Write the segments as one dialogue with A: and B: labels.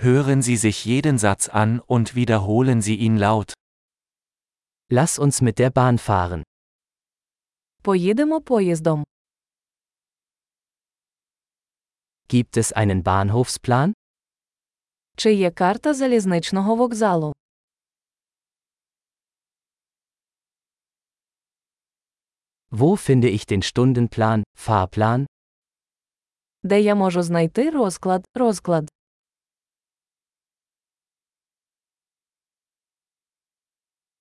A: Hören Sie sich jeden Satz an und wiederholen Sie ihn laut.
B: Lass uns mit der Bahn fahren.
C: Поїдемо поїздом.
B: Gibt es einen Bahnhofsplan?
C: Чи є карта залізничного вокзалу?
B: Wo finde ich den Stundenplan, Fahrplan?
C: Де я можу знайти розклад, розклад?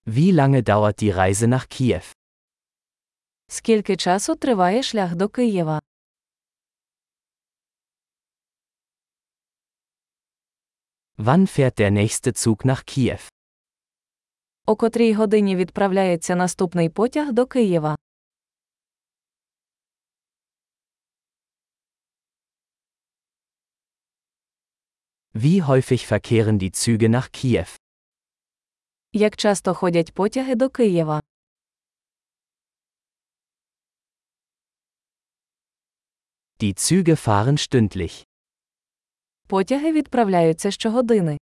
B: Wie lange dauert die Reise nach Kiew?
C: Скільки часу триває шлях до Києва?
B: Wann fährt der nächste Zug nach Kiew?
C: О котрій годині відправляється наступний потяг до Києва?
B: Wie häufig verkehren die Züge nach Kiew?
C: Як часто ходять потяги до Києва?
B: Die Züge fahren stündlich.
C: Потяги відправляються щогодини.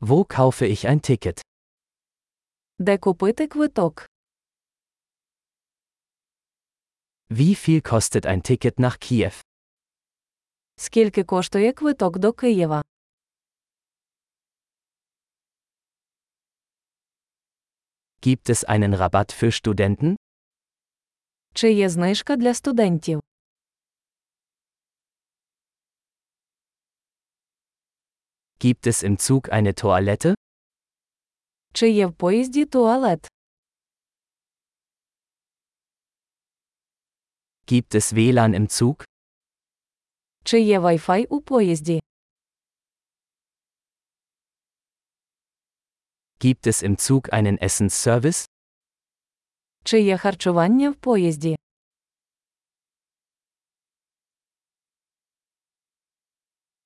B: Wo kaufe ich ein Ticket?
C: Де купити квиток?
B: Wie viel kostet ein Ticket nach Kiew?
C: Скільки коштує квиток до Києва?
B: Gibt es einen Rabatt für Studenten?
C: Чи є знижка для студентів?
B: Gibt es im Zug eine Toilette?
C: Чи є в поїзді туалет?
B: Gibt es WLAN im Zug?
C: Чи є Wi-Fi у поїзді?
B: Gibt es im Zug einen Essensservice?
C: Чи є харчування в поїзді?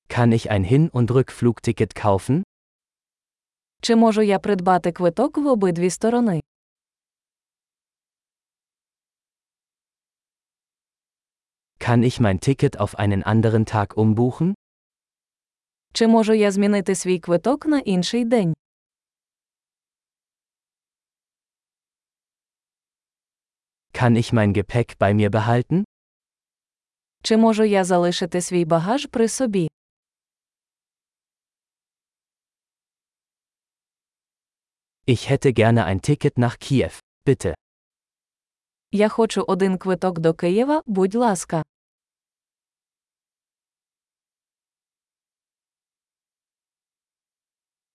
B: Kann ich ein Hin- und Rückflugticket kaufen?
C: Чи можу я придбати квиток в обидві сторони?
B: Kann ich mein Ticket auf einen anderen Tag umbuchen?
C: Чи можу я змінити свій квиток на інший день?
B: Kann ich mein Gepäck bei mir behalten?
C: Чи можу я залишити свій багаж при собі?
B: Ich hätte gerne ein Ticket nach Kiew, bitte.
C: Я хочу один квиток до Києва, будь ласка.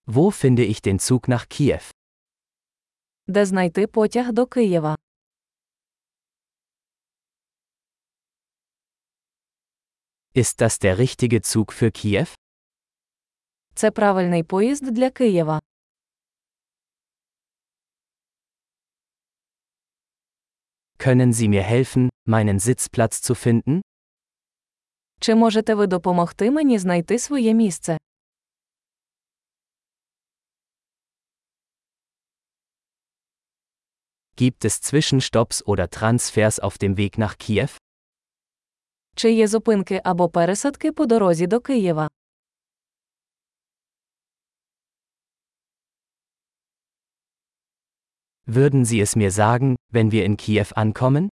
B: Wo finde ich den Zug nach Kiew?
C: Де знайти потяг до Києва?
B: Ist das der richtige Zug für Kiew?
C: Це правильний поїзд для Києва.
B: Können Sie mir helfen, meinen Sitzplatz zu finden?
C: Чи можете ви допомогти мені знайти своє місце?
B: Gibt es Zwischenstopps oder Transfers auf dem Weg nach Kiew?
C: Чи є зупинки або пересадки по дорозі до Києва?
B: Würden Sie es mir sagen, wenn wir in Kiew ankommen?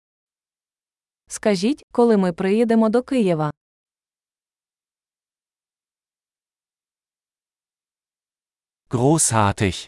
C: Скажіть, коли ми приїдемо до Києва?
A: Großartig!